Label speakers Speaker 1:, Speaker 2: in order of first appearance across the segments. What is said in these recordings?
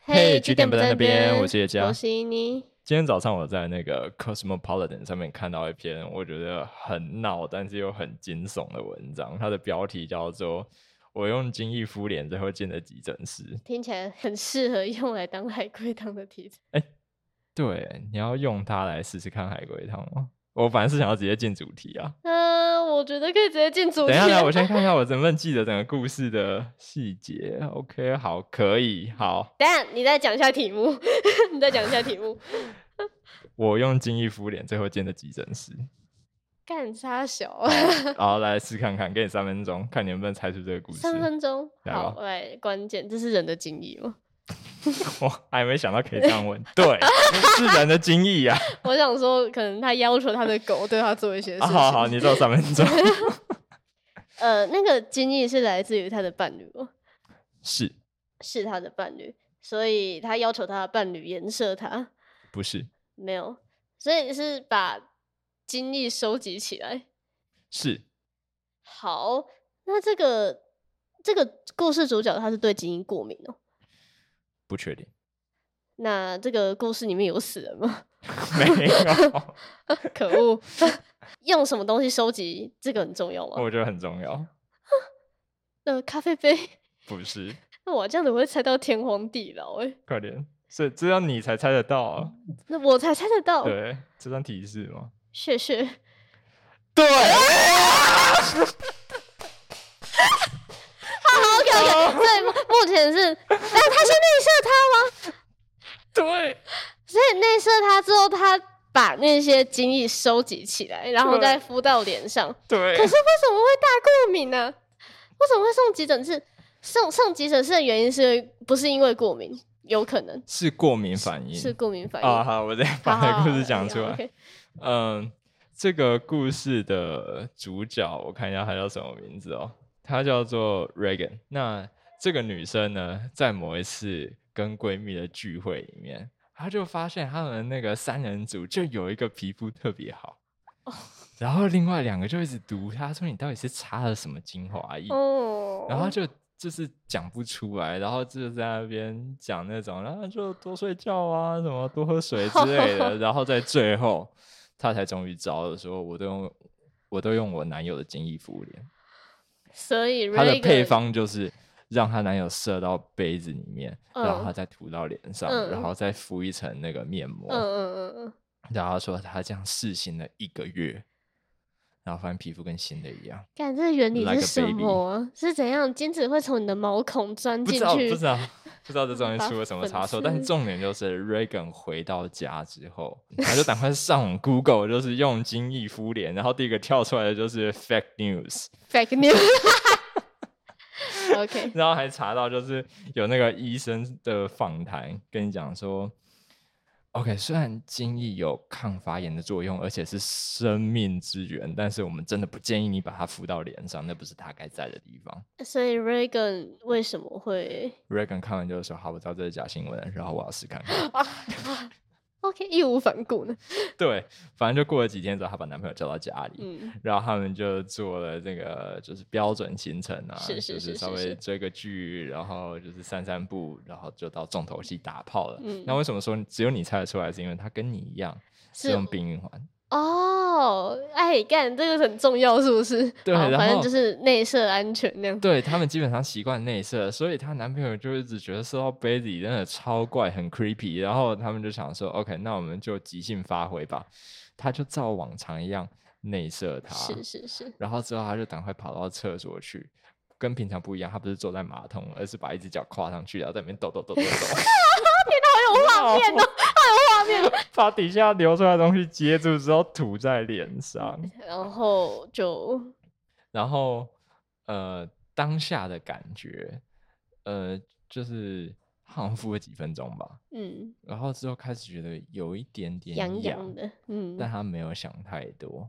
Speaker 1: 嘿，
Speaker 2: 据
Speaker 1: 据
Speaker 2: 点
Speaker 1: 点
Speaker 2: 不
Speaker 1: 不
Speaker 2: 在
Speaker 1: 在
Speaker 2: 那
Speaker 1: 那
Speaker 2: 边
Speaker 1: 边，
Speaker 2: 我是叶佳
Speaker 1: 我是依妮。
Speaker 2: 今天早上我在那个 Cosmopolitan 上面看到一篇我觉得很闹，但是又很惊悚的文章，它的标题叫做《我用精液敷脸最后进了急诊室》。
Speaker 1: 听起来很适合用来当海龟汤的题材。
Speaker 2: 对，你要用它来试试看海龟汤吗？我反正是想要直接进主题啊。
Speaker 1: 嗯、我觉得可以直接进主题
Speaker 2: 等一下，
Speaker 1: 了。
Speaker 2: 来我先看一下我能不能记得整个故事的细节。OK，好，可以，好。
Speaker 1: 等一下你再讲一下题目， 你再讲一下题目。
Speaker 2: 我用精液敷脸，最后进了急诊 室。
Speaker 1: 干啥小？啊
Speaker 2: 好，来试看看，给你三分钟，看你能不能猜出这个故事。
Speaker 1: 三分钟。
Speaker 2: 来
Speaker 1: 好
Speaker 2: 吧，
Speaker 1: 我来关键，这是人的经历吗？
Speaker 2: 我还没想到可以这样问，对，是人的 精益呀、
Speaker 1: 我想说，可能他要求他的狗对他做一些事
Speaker 2: 啊。
Speaker 1: 情。
Speaker 2: 好好，你只有三分 钟。
Speaker 1: 呃，那个经历是来自于他的伴侣吗？
Speaker 2: 是
Speaker 1: 是他的伴侣，所以他要求他的伴侣颜射他。
Speaker 2: 不是？
Speaker 1: 没有，所以是把精力收集起来。
Speaker 2: 是
Speaker 1: 好，那这个这个故事主角他是对基因过敏哦。
Speaker 2: 不确定，
Speaker 1: 那这个故事里面有死人吗？
Speaker 2: 没有，
Speaker 1: 可恶！用什么东西收集这个很重要吗？
Speaker 2: 我觉得很重要。
Speaker 1: 那咖啡杯，
Speaker 2: 不是，
Speaker 1: 那我这样子会猜到天荒地老哎、
Speaker 2: 快点，这这要你才猜得到啊。
Speaker 1: 那我才猜得到。
Speaker 2: 对，这算提示吗？
Speaker 1: 谢谢。
Speaker 2: 对，
Speaker 1: 好，OK OK，所以目目前是，哎那他先内射他吗？啊
Speaker 2: 对，
Speaker 1: 所以内射他之后，他把那些精液收集起来，然后
Speaker 2: 对
Speaker 1: 再敷到脸上。
Speaker 2: 对。
Speaker 1: 可是为什么会大过敏呢、为什么会送急诊室？送送急诊室的原因是因为不是因为过敏？有可能
Speaker 2: 是过敏反应。
Speaker 1: 是过敏反应。
Speaker 2: 啊，好，我再把
Speaker 1: 好
Speaker 2: 这
Speaker 1: 好
Speaker 2: 个故
Speaker 1: 好
Speaker 2: 事讲出
Speaker 1: 好
Speaker 2: 来。
Speaker 1: ，OK
Speaker 2: 嗯，这个故事的主角，我看一下她叫什么名字哦，她叫做 Regan。那这个女生呢，在某一次跟闺蜜的聚会里面，她就发现她们那个三人组就有一个皮肤特别好，然后另外两个就一直毒她说你到底是擦了什么精华液？
Speaker 1: 哦，
Speaker 2: 然后她就就是讲不出来，然后就在那边讲那种，然后就多睡觉啊，什么多喝水之类的， 然后在最后，她才终于招了说，我都用我都用我男友的精液敷脸，
Speaker 1: 所以
Speaker 2: 她的
Speaker 1: Reagan-
Speaker 2: 配方就是让她男友射到杯子里面，然后
Speaker 1: 嗯
Speaker 2: 她再涂到脸上，
Speaker 1: 嗯
Speaker 2: 然后再敷一层那个面膜，
Speaker 1: 嗯嗯嗯
Speaker 2: 然后说她这样试行了一个月，然后发现皮肤跟新的一样，
Speaker 1: 嗯，看这个原理
Speaker 2: Like a
Speaker 1: 是什么啊？是怎样精子会从你的毛孔钻
Speaker 2: 不
Speaker 1: 进
Speaker 2: 知道，
Speaker 1: 去
Speaker 2: 不？知道，不知道这中
Speaker 1: 把
Speaker 2: 间出了什么
Speaker 1: 粉
Speaker 2: 差错。但是
Speaker 1: 刺
Speaker 2: 重点就是 Reagan 回到家之后，他就赶快上 网 Google，就是用精液敷脸，然后第一个跳出来的就是 fake news，
Speaker 1: Fake news。OK，
Speaker 2: 然后还查到就是有那个医生的访谈跟你讲说。OK，虽然精液有抗发炎的作用，而且是生命之源，但是我们真的不建议你把它敷到脸上，那不是它该在的地方。
Speaker 1: 所以 Reagan 为什么会
Speaker 2: Reagan 看完就是说：“好，我知道这是假新闻，然后我要试看看。”
Speaker 1: 啊啊？OK，义无反顾呢？
Speaker 2: 对，反正就过了几天之后，她把男朋友叫到家里，
Speaker 1: 嗯，
Speaker 2: 然后他们就做了这个就是标准行程啊，
Speaker 1: 是是
Speaker 2: 就是稍
Speaker 1: 是是
Speaker 2: 微追个剧，然后就是散散步，然后就到重头戏打炮了。
Speaker 1: 嗯
Speaker 2: 那为什么说只有你猜得出来？是因为他跟你一样是
Speaker 1: 是
Speaker 2: 用避孕环，
Speaker 1: 哦，哎，干这个很重要，是不是？
Speaker 2: 对
Speaker 1: 好
Speaker 2: 然
Speaker 1: 反正
Speaker 2: 后
Speaker 1: 就是内射安全那样。
Speaker 2: 对他们基本上习惯内射，所以她男朋友就一直觉得射到杯子里真的超怪，很 creepy。然后他们就想说，OK，那我们就即兴发挥吧。他就照往常一样内射她，
Speaker 1: 是是是，
Speaker 2: 然后之后他就赶快跑到厕所去，跟平常不一样，他不是坐在马桶，而是把一只脚跨上去，然后在里面抖抖抖抖抖，
Speaker 1: 好有画面哦，好有画面。哦
Speaker 2: 把底下流出来的东西接住之后吐在脸上，
Speaker 1: 然后就
Speaker 2: 然后呃当下的感觉，呃就是好像敷了几分钟吧，
Speaker 1: 嗯，
Speaker 2: 然后之后开始觉得有一点点
Speaker 1: 痒
Speaker 2: 痒
Speaker 1: 痒的，嗯，
Speaker 2: 但她没有想太多。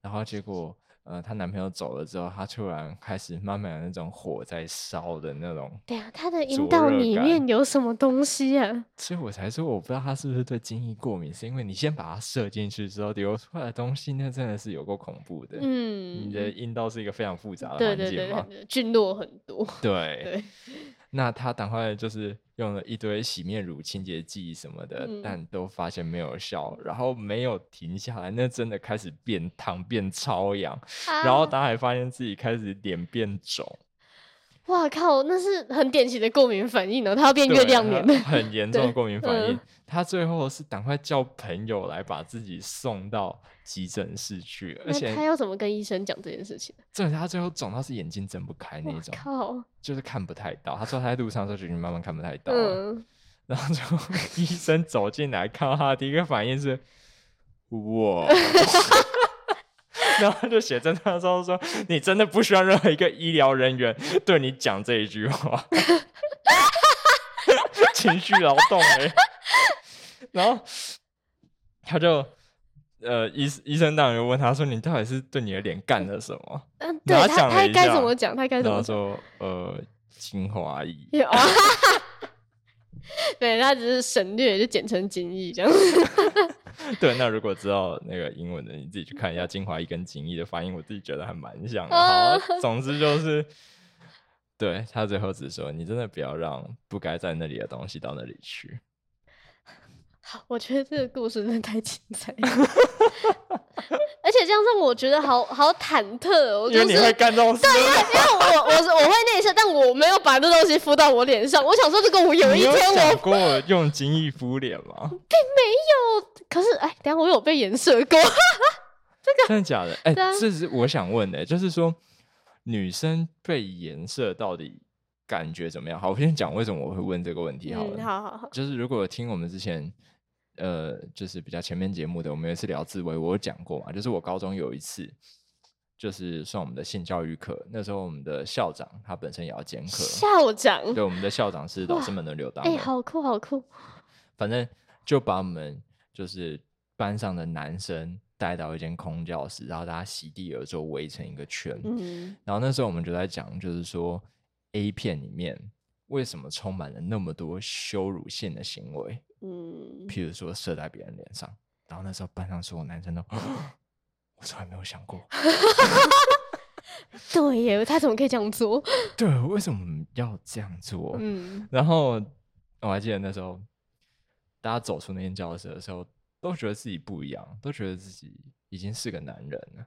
Speaker 2: 然后结果，呃，她男朋友走了之后，她突然开始慢慢有那种火在烧的那种，
Speaker 1: 对啊，他的
Speaker 2: 灼
Speaker 1: 阴道
Speaker 2: 热
Speaker 1: 里
Speaker 2: 感
Speaker 1: 面有什么东西啊？
Speaker 2: 所以我才说我不知道她是不是对精液过敏，是因为你先把它射进去之后流出来的东西，那真的是有够恐怖的。你
Speaker 1: 嗯，
Speaker 2: 的阴道是一个非常复杂的
Speaker 1: 对
Speaker 2: 环
Speaker 1: 对
Speaker 2: 境
Speaker 1: 对
Speaker 2: 嘛，
Speaker 1: 对，菌落很多。
Speaker 2: 对
Speaker 1: 对，
Speaker 2: 那她赶快就是用了一堆洗面乳、清洁剂什么的，
Speaker 1: 嗯
Speaker 2: 但都发现没有效，然后没有停下来，那真的开始变烫、变超痒，然后
Speaker 1: 啊
Speaker 2: 她还发现自己开始脸变肿，
Speaker 1: 哇靠，那是很典型的过敏反应哦，它要变
Speaker 2: 对
Speaker 1: 月亮
Speaker 2: 她
Speaker 1: 脸了。
Speaker 2: 很严重的
Speaker 1: 对
Speaker 2: 过敏反应
Speaker 1: 嗯。
Speaker 2: 她最后是赶快叫朋友来把自己送到急诊室去，而
Speaker 1: 那
Speaker 2: 且
Speaker 1: 他要怎么跟医生讲这件事情？
Speaker 2: 重点是她最后肿到是眼睛睁不开那
Speaker 1: 我
Speaker 2: 种。
Speaker 1: 靠，
Speaker 2: 就是看不太到。他说他在路上的时候就已经慢慢看不太到了，
Speaker 1: 嗯，
Speaker 2: 然后就 医生走进来，看到他的第一个反应是哇， 然后他就写在他上说你真的不需要任何一个医疗人员对你讲这一句话， 情绪劳动哎、然后他就。呃，医医生当然就问他说：“你到底是对你的脸干了什么
Speaker 1: 呃对
Speaker 2: 然后
Speaker 1: 他
Speaker 2: 讲了
Speaker 1: 他
Speaker 2: 一
Speaker 1: 该
Speaker 2: 下
Speaker 1: 怎么讲？他？”该怎
Speaker 2: 然后
Speaker 1: 么讲？
Speaker 2: 说：“呃，精华液。”
Speaker 1: 有啊， 对，他只是省略，就简称精益这样。
Speaker 2: 对，那如果知道那个英文的，你自己去看一下精华一跟精益的发音，我自己觉得还蛮像的。好
Speaker 1: 啊，
Speaker 2: 总之就是，对他最后只说，你真的不要让不该在那里的东西到那里去。
Speaker 1: 我觉得这个故事真的太精彩了， 而且这样让我觉得好好忐忑哦。我就
Speaker 2: 因为
Speaker 1: 是
Speaker 2: 你会干这种事，
Speaker 1: 因为我我是我会内射，但我没有把这东西敷到我脸上。我想说，如果我有一
Speaker 2: 你有
Speaker 1: 天我
Speaker 2: 想过用精益敷脸吗？
Speaker 1: 可是哎，等一下我有被颜射过，
Speaker 2: 真的假的？哎、
Speaker 1: 对啊
Speaker 2: 这是我想问的、欸就是说女生被颜色到底感觉怎么样？好，我先讲为什么我会问这个问题好了。
Speaker 1: 嗯好好好，
Speaker 2: 就是如果有听我们之前，呃，就是比较前面节目的，我们有一次聊自慰，我有讲过嘛，就是我高中有一次，就是算我们的性教育课，那时候我们的校长他本身也要兼课，
Speaker 1: 校长，
Speaker 2: 对，我们的校长是老师
Speaker 1: 哇
Speaker 2: 们轮流当
Speaker 1: 哎，
Speaker 2: 的，
Speaker 1: 好酷好酷，
Speaker 2: 反正就把我们就是班上的男生带到一间空教室，然后大家席地而坐，围成一个圈，
Speaker 1: 嗯，
Speaker 2: 然后那时候我们就在讲，就是说 A 片里面为什么充满了那么多羞辱性的行为。
Speaker 1: 嗯，
Speaker 2: 譬如说射在别人脸上，然后那时候班上所有男生都， 我从来没有想过，
Speaker 1: 对耶，他怎么可以这样做？
Speaker 2: 对，为什么要这样做？
Speaker 1: 嗯，
Speaker 2: 然后我还记得那时候大家走出那间教室的时候，都觉得自己不一样，都觉得自己已经是个男人了，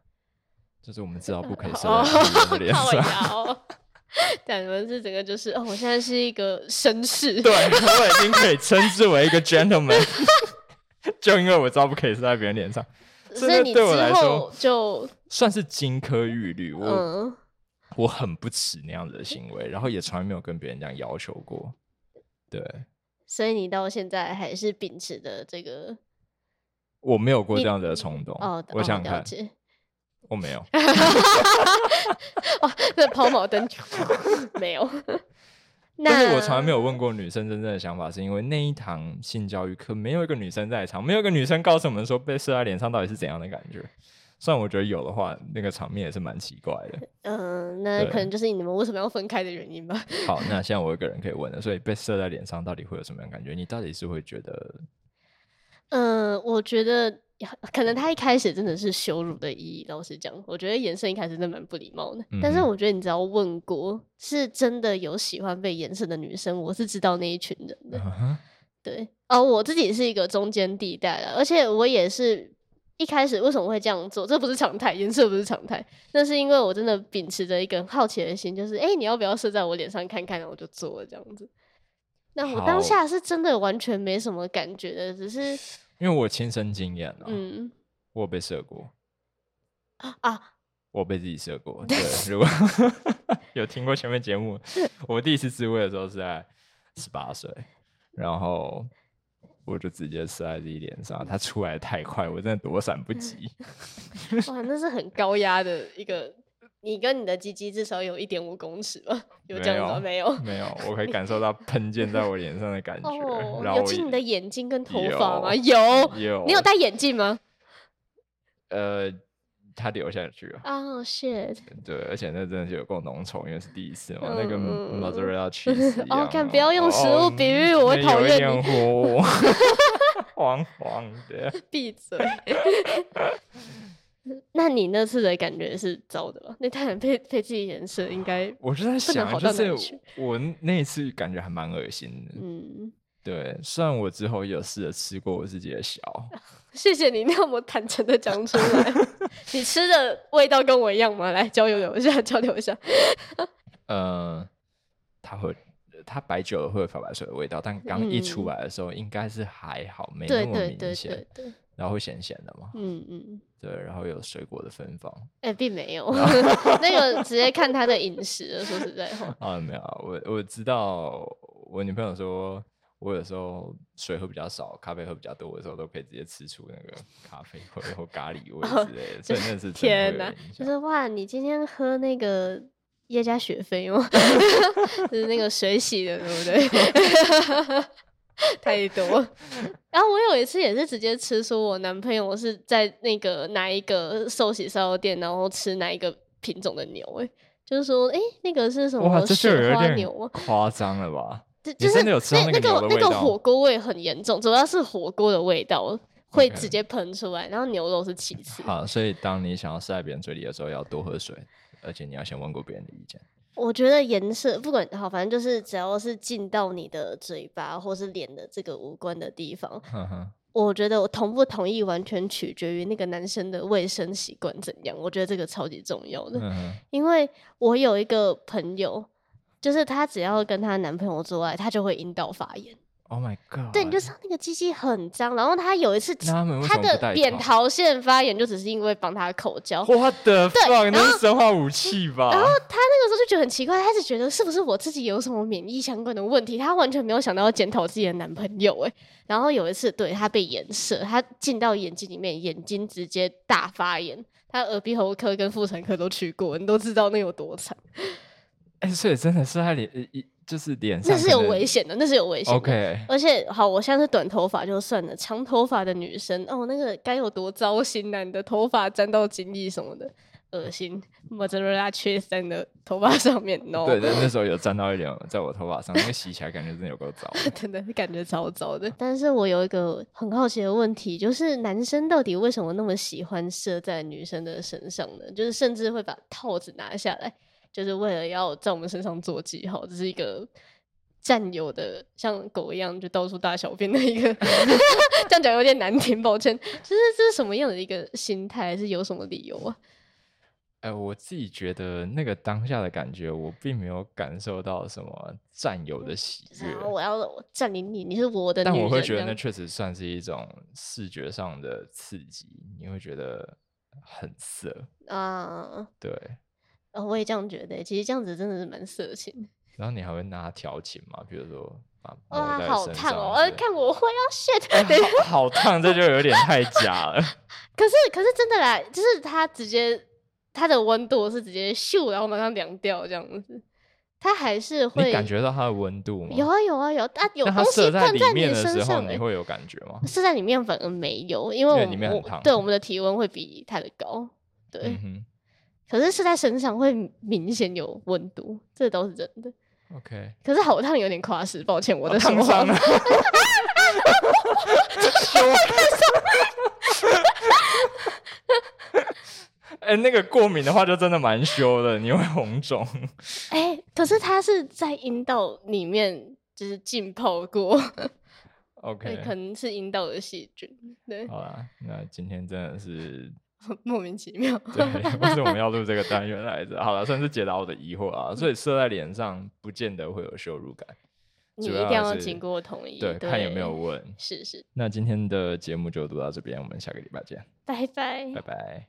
Speaker 2: 就是我们知道不可以射
Speaker 1: 哦
Speaker 2: 在别人的
Speaker 1: 靠
Speaker 2: 脸上。
Speaker 1: 腰。但你们这整个就是，哦，我现在是一个绅士，
Speaker 2: 对，我已经可以称之为一个 gentleman，就因为我知道不可以射在别人脸上，
Speaker 1: 所以你
Speaker 2: 对我来
Speaker 1: 之
Speaker 2: 说
Speaker 1: 后就，
Speaker 2: 算是金科玉律。我、
Speaker 1: 嗯，
Speaker 2: 我很不耻那样子的行为，然后也从来没有跟别人这样要求过。对，
Speaker 1: 所以你到现在还是秉持的这个，
Speaker 2: 我没有过
Speaker 1: 你
Speaker 2: 这样子的冲动。
Speaker 1: 哦，
Speaker 2: 我
Speaker 1: 哦
Speaker 2: 想想
Speaker 1: 了
Speaker 2: 看，
Speaker 1: 解，
Speaker 2: 我没 有。
Speaker 1: 哇，这抛锚灯 没有。那
Speaker 2: 但是我从来没有问过女生真正的想法，是因为那一堂性教育课没有一个女生在场，没有一个女生告诉我们说被射在脸上到底是怎样的感觉。虽然我觉得有的话，那个场面也是蛮奇怪的。
Speaker 1: 嗯、那
Speaker 2: 对
Speaker 1: 可能就是你们为什么要分开的原因吧。
Speaker 2: 好，那现在我一个人可以问了，所以被射在脸上到底会有什么样的感觉？你到底是会觉得
Speaker 1: 嗯、我觉得可能
Speaker 2: 嗯
Speaker 1: 他一开始真的是羞辱的意义，老实讲，我觉得延伸一开始真的蛮不礼貌的。但是
Speaker 2: 嗯哼
Speaker 1: 我觉得你只要问过，是真的有喜欢被延伸的女生，我是知道那一群人的。
Speaker 2: 啊
Speaker 1: 对，哦，我自己是一个中间地带了，而且我也是一开始为什么会这样做，这不是常态，颜色不是常态，那是因为我真的秉持着一个很好奇的心，就是哎、诶你要不要射在我脸上看看？然后我就做了这样子。那我
Speaker 2: 好
Speaker 1: 当下是真的完全没什么感觉的，只是
Speaker 2: 因为我亲身经验啊，
Speaker 1: 嗯
Speaker 2: 我有被射过。
Speaker 1: 啊，
Speaker 2: 我被自己射 过。对，如果有听过前面节目，我第一次自慰的时候是在十八岁，然后我就直接射在自己脸上，它出来得太快，我真的躲闪不 及。
Speaker 1: 哇，那是很高压的一个，你跟你的鸡鸡至少有一点五公尺吧？有这样子吗？没有。
Speaker 2: 没有，我可以感受到喷溅在我脸上的感觉。
Speaker 1: 哦，
Speaker 2: 然后
Speaker 1: 有
Speaker 2: 我
Speaker 1: 进你的眼睛跟头发吗？
Speaker 2: 有
Speaker 1: 有，
Speaker 2: 有
Speaker 1: 你有戴眼镜吗？
Speaker 2: 呃，它流下去了。
Speaker 1: 啊、s h i t
Speaker 2: 对，而且那真的是有够浓稠，因为是第一次嘛，那个
Speaker 1: 嗯
Speaker 2: mozzarella cheese 一
Speaker 1: 哦
Speaker 2: 样
Speaker 1: 干
Speaker 2: 啊
Speaker 1: 不要用食
Speaker 2: 哦
Speaker 1: 物比喻我会
Speaker 2: 那
Speaker 1: 讨
Speaker 2: 有一
Speaker 1: 厌
Speaker 2: 点
Speaker 1: 你
Speaker 2: 糊黄黄的。
Speaker 1: 闭嘴。 那你那次的感觉是糟的吗？那太阳配配自己颜色应该，
Speaker 2: 我就在
Speaker 1: 能
Speaker 2: 想，
Speaker 1: 好
Speaker 2: 就
Speaker 1: 到哪里
Speaker 2: 是
Speaker 1: 去
Speaker 2: 我那一次感觉还蛮恶心的。
Speaker 1: 嗯，
Speaker 2: 对，虽然我之后也有试着吃过我自己的小，
Speaker 1: 谢谢你那么坦诚的讲出来。 你吃的味道跟我一样吗？来交流一下，交流一下。
Speaker 2: 呃，它会它白酒的会有漂白水的味道，但刚一出
Speaker 1: 嗯
Speaker 2: 来的时候应该是还好，没那
Speaker 1: 对
Speaker 2: 么
Speaker 1: 对
Speaker 2: 明
Speaker 1: 对
Speaker 2: 显，
Speaker 1: 对对，
Speaker 2: 然后会咸咸的嘛，
Speaker 1: 嗯嗯。
Speaker 2: 对，然后有水果的芬芳。
Speaker 1: 哎、并没有，
Speaker 2: 啊
Speaker 1: 那个直接看他的饮食了。说实在话，
Speaker 2: 啊，没有啊，我我知道，我女朋友说，我有时候水喝比较少，咖啡喝比较多的时候，都可以直接吃出那个咖啡味或咖喱味之类的，所以那是
Speaker 1: 哦天
Speaker 2: 哪
Speaker 1: 哪，就是哇，你今天喝那个叶加雪菲吗？ 就是那个水洗的，对不对？ 太多。然后我有一次也是直接吃，说我男朋友是在那个哪一个寿喜烧肉店，然后吃哪一个品种的牛、欸，就是说，哎、那个是什
Speaker 2: 哇，
Speaker 1: 么
Speaker 2: 这就
Speaker 1: 雪
Speaker 2: 有
Speaker 1: 花
Speaker 2: 一
Speaker 1: 牛啊吗？
Speaker 2: 点夸张了吧？
Speaker 1: 就
Speaker 2: 你
Speaker 1: 就是
Speaker 2: 真的有吃到
Speaker 1: 那
Speaker 2: 那个牛的
Speaker 1: 那
Speaker 2: 味
Speaker 1: 个
Speaker 2: 道
Speaker 1: 火锅味很严重，主要是火锅的味道会
Speaker 2: OK
Speaker 1: 直接喷出来，然后牛肉是其次。
Speaker 2: 好，所以当你想要塞在别人嘴里的时候，要多喝水，而且你要先问过别人的意见。
Speaker 1: 我觉得颜色不管好，反正就是只要是进到你的嘴巴或是脸的这个无关的地方，
Speaker 2: 哼哼，
Speaker 1: 我觉得我同不同意完全取决于那个男生的卫生习惯怎样。我觉得这个超级重要的，
Speaker 2: 嗯哼，
Speaker 1: 因为我有一个朋友，就是她只要跟她男朋友做爱，她就会阴道发炎。
Speaker 2: Oh my god！
Speaker 1: 对，你就知道那个鸡鸡很脏。然后她有一次，
Speaker 2: 那他们为什
Speaker 1: 她
Speaker 2: 么不
Speaker 1: 的
Speaker 2: 戴
Speaker 1: 扁
Speaker 2: 套
Speaker 1: 桃腺发炎就只是因为帮她口交。
Speaker 2: 我
Speaker 1: 对
Speaker 2: 的放，
Speaker 1: 然
Speaker 2: 那是生化武器吧？
Speaker 1: 然后他那个时候就觉得很奇怪，他只觉得是不是我自己有什么免疫相关的问题，他完全没有想到要检讨自己的男朋友哎。然后有一次，对他被颜射，他进到眼睛里面，眼睛直接大发炎，他耳鼻喉科跟妇产科都去过，你都知道那有多惨，
Speaker 2: 哎、所以真的是他脸一就是脸上
Speaker 1: 那是有
Speaker 2: 可能
Speaker 1: 危险的，那是有危险的。
Speaker 2: OK，
Speaker 1: 而且好，我现在是短头发就算了，长头发的女生哦，那个该有多糟心啊呐、你的头发沾到精液什么的，恶心，莫扎罗 拉缺在你的头发上面，no。
Speaker 2: 对，那那时候有沾到一点在我头发上，那个洗起来感觉真的有够 糟。
Speaker 1: 真的感觉超糟的。 但是我有一个很好奇的问题，就是男生到底为什么那么喜欢射在女生的身上呢？就是甚至会把套子拿下来，就是为了要在我们身上做记号，这是一个。占有的像狗一样就到处大小便的 一个，这样讲有点难听，抱歉。就是这是什么样的一个心态，还是有什么理由啊？
Speaker 2: 哎、我自己觉得那个当下的感觉，我并没有感受到什么占有的喜
Speaker 1: 就是
Speaker 2: 悦
Speaker 1: 啊，我要占领你，你是我的女
Speaker 2: 但
Speaker 1: 人。
Speaker 2: 我会觉得
Speaker 1: 这
Speaker 2: 那
Speaker 1: 样
Speaker 2: 确实算是一种视觉上的刺激，你会觉得很色，
Speaker 1: 啊、
Speaker 2: 对。
Speaker 1: 呃我也这样觉得。其实这样子真的是蛮色情的。
Speaker 2: 然后你还会拿它调情嘛？比如说把
Speaker 1: 哇，
Speaker 2: 抹在
Speaker 1: 好
Speaker 2: 身
Speaker 1: 烫
Speaker 2: 上
Speaker 1: 哦！
Speaker 2: 之
Speaker 1: 呃
Speaker 2: 类的
Speaker 1: 看我会要 shit，
Speaker 2: 哎
Speaker 1: 等一下
Speaker 2: 好好烫，这就有点太假了。
Speaker 1: 可是可是真的啦，就是它直接它的温度是直接咻，然后马上凉掉这样子，它还是会
Speaker 2: 你感觉到它的温度吗？
Speaker 1: 有啊有啊有啊有
Speaker 2: 那它
Speaker 1: 东西
Speaker 2: 射在
Speaker 1: 碰
Speaker 2: 里
Speaker 1: 在你
Speaker 2: 面的
Speaker 1: 身
Speaker 2: 时候，
Speaker 1: 上、
Speaker 2: 你
Speaker 1: 欸，
Speaker 2: 会有感觉吗？
Speaker 1: 射在里面反而没有，因为
Speaker 2: 因
Speaker 1: 我
Speaker 2: 为里面很
Speaker 1: 我
Speaker 2: 烫
Speaker 1: 对我们的体温会比它的高，对，
Speaker 2: 嗯
Speaker 1: 可是射在身上会明显有温度，这都是真的。
Speaker 2: 哼，OK。哦
Speaker 1: 可是好烫有点夸饰，抱歉我的
Speaker 2: 烫
Speaker 1: 手
Speaker 2: 伤
Speaker 1: 滑
Speaker 2: 了 哎、那个过敏的话就真的蛮羞的，你会红肿。
Speaker 1: 哎、可是它是在阴道里面就是浸泡过，对， 可
Speaker 2: OK，
Speaker 1: 能是阴道的细菌，对，
Speaker 2: 好啦，那今天真的是
Speaker 1: 莫名其妙。
Speaker 2: 对， 为什么要录这个单元来着？好了，算是解答我的疑惑啊。所以射在脸上，不见得会有羞辱感，
Speaker 1: 你
Speaker 2: 主
Speaker 1: 一定要
Speaker 2: 是
Speaker 1: 经过我同意，
Speaker 2: 对，看有没有问。
Speaker 1: 是是，
Speaker 2: 那今天的节目就录到这边，我们下个礼拜见，
Speaker 1: 拜拜
Speaker 2: 拜拜。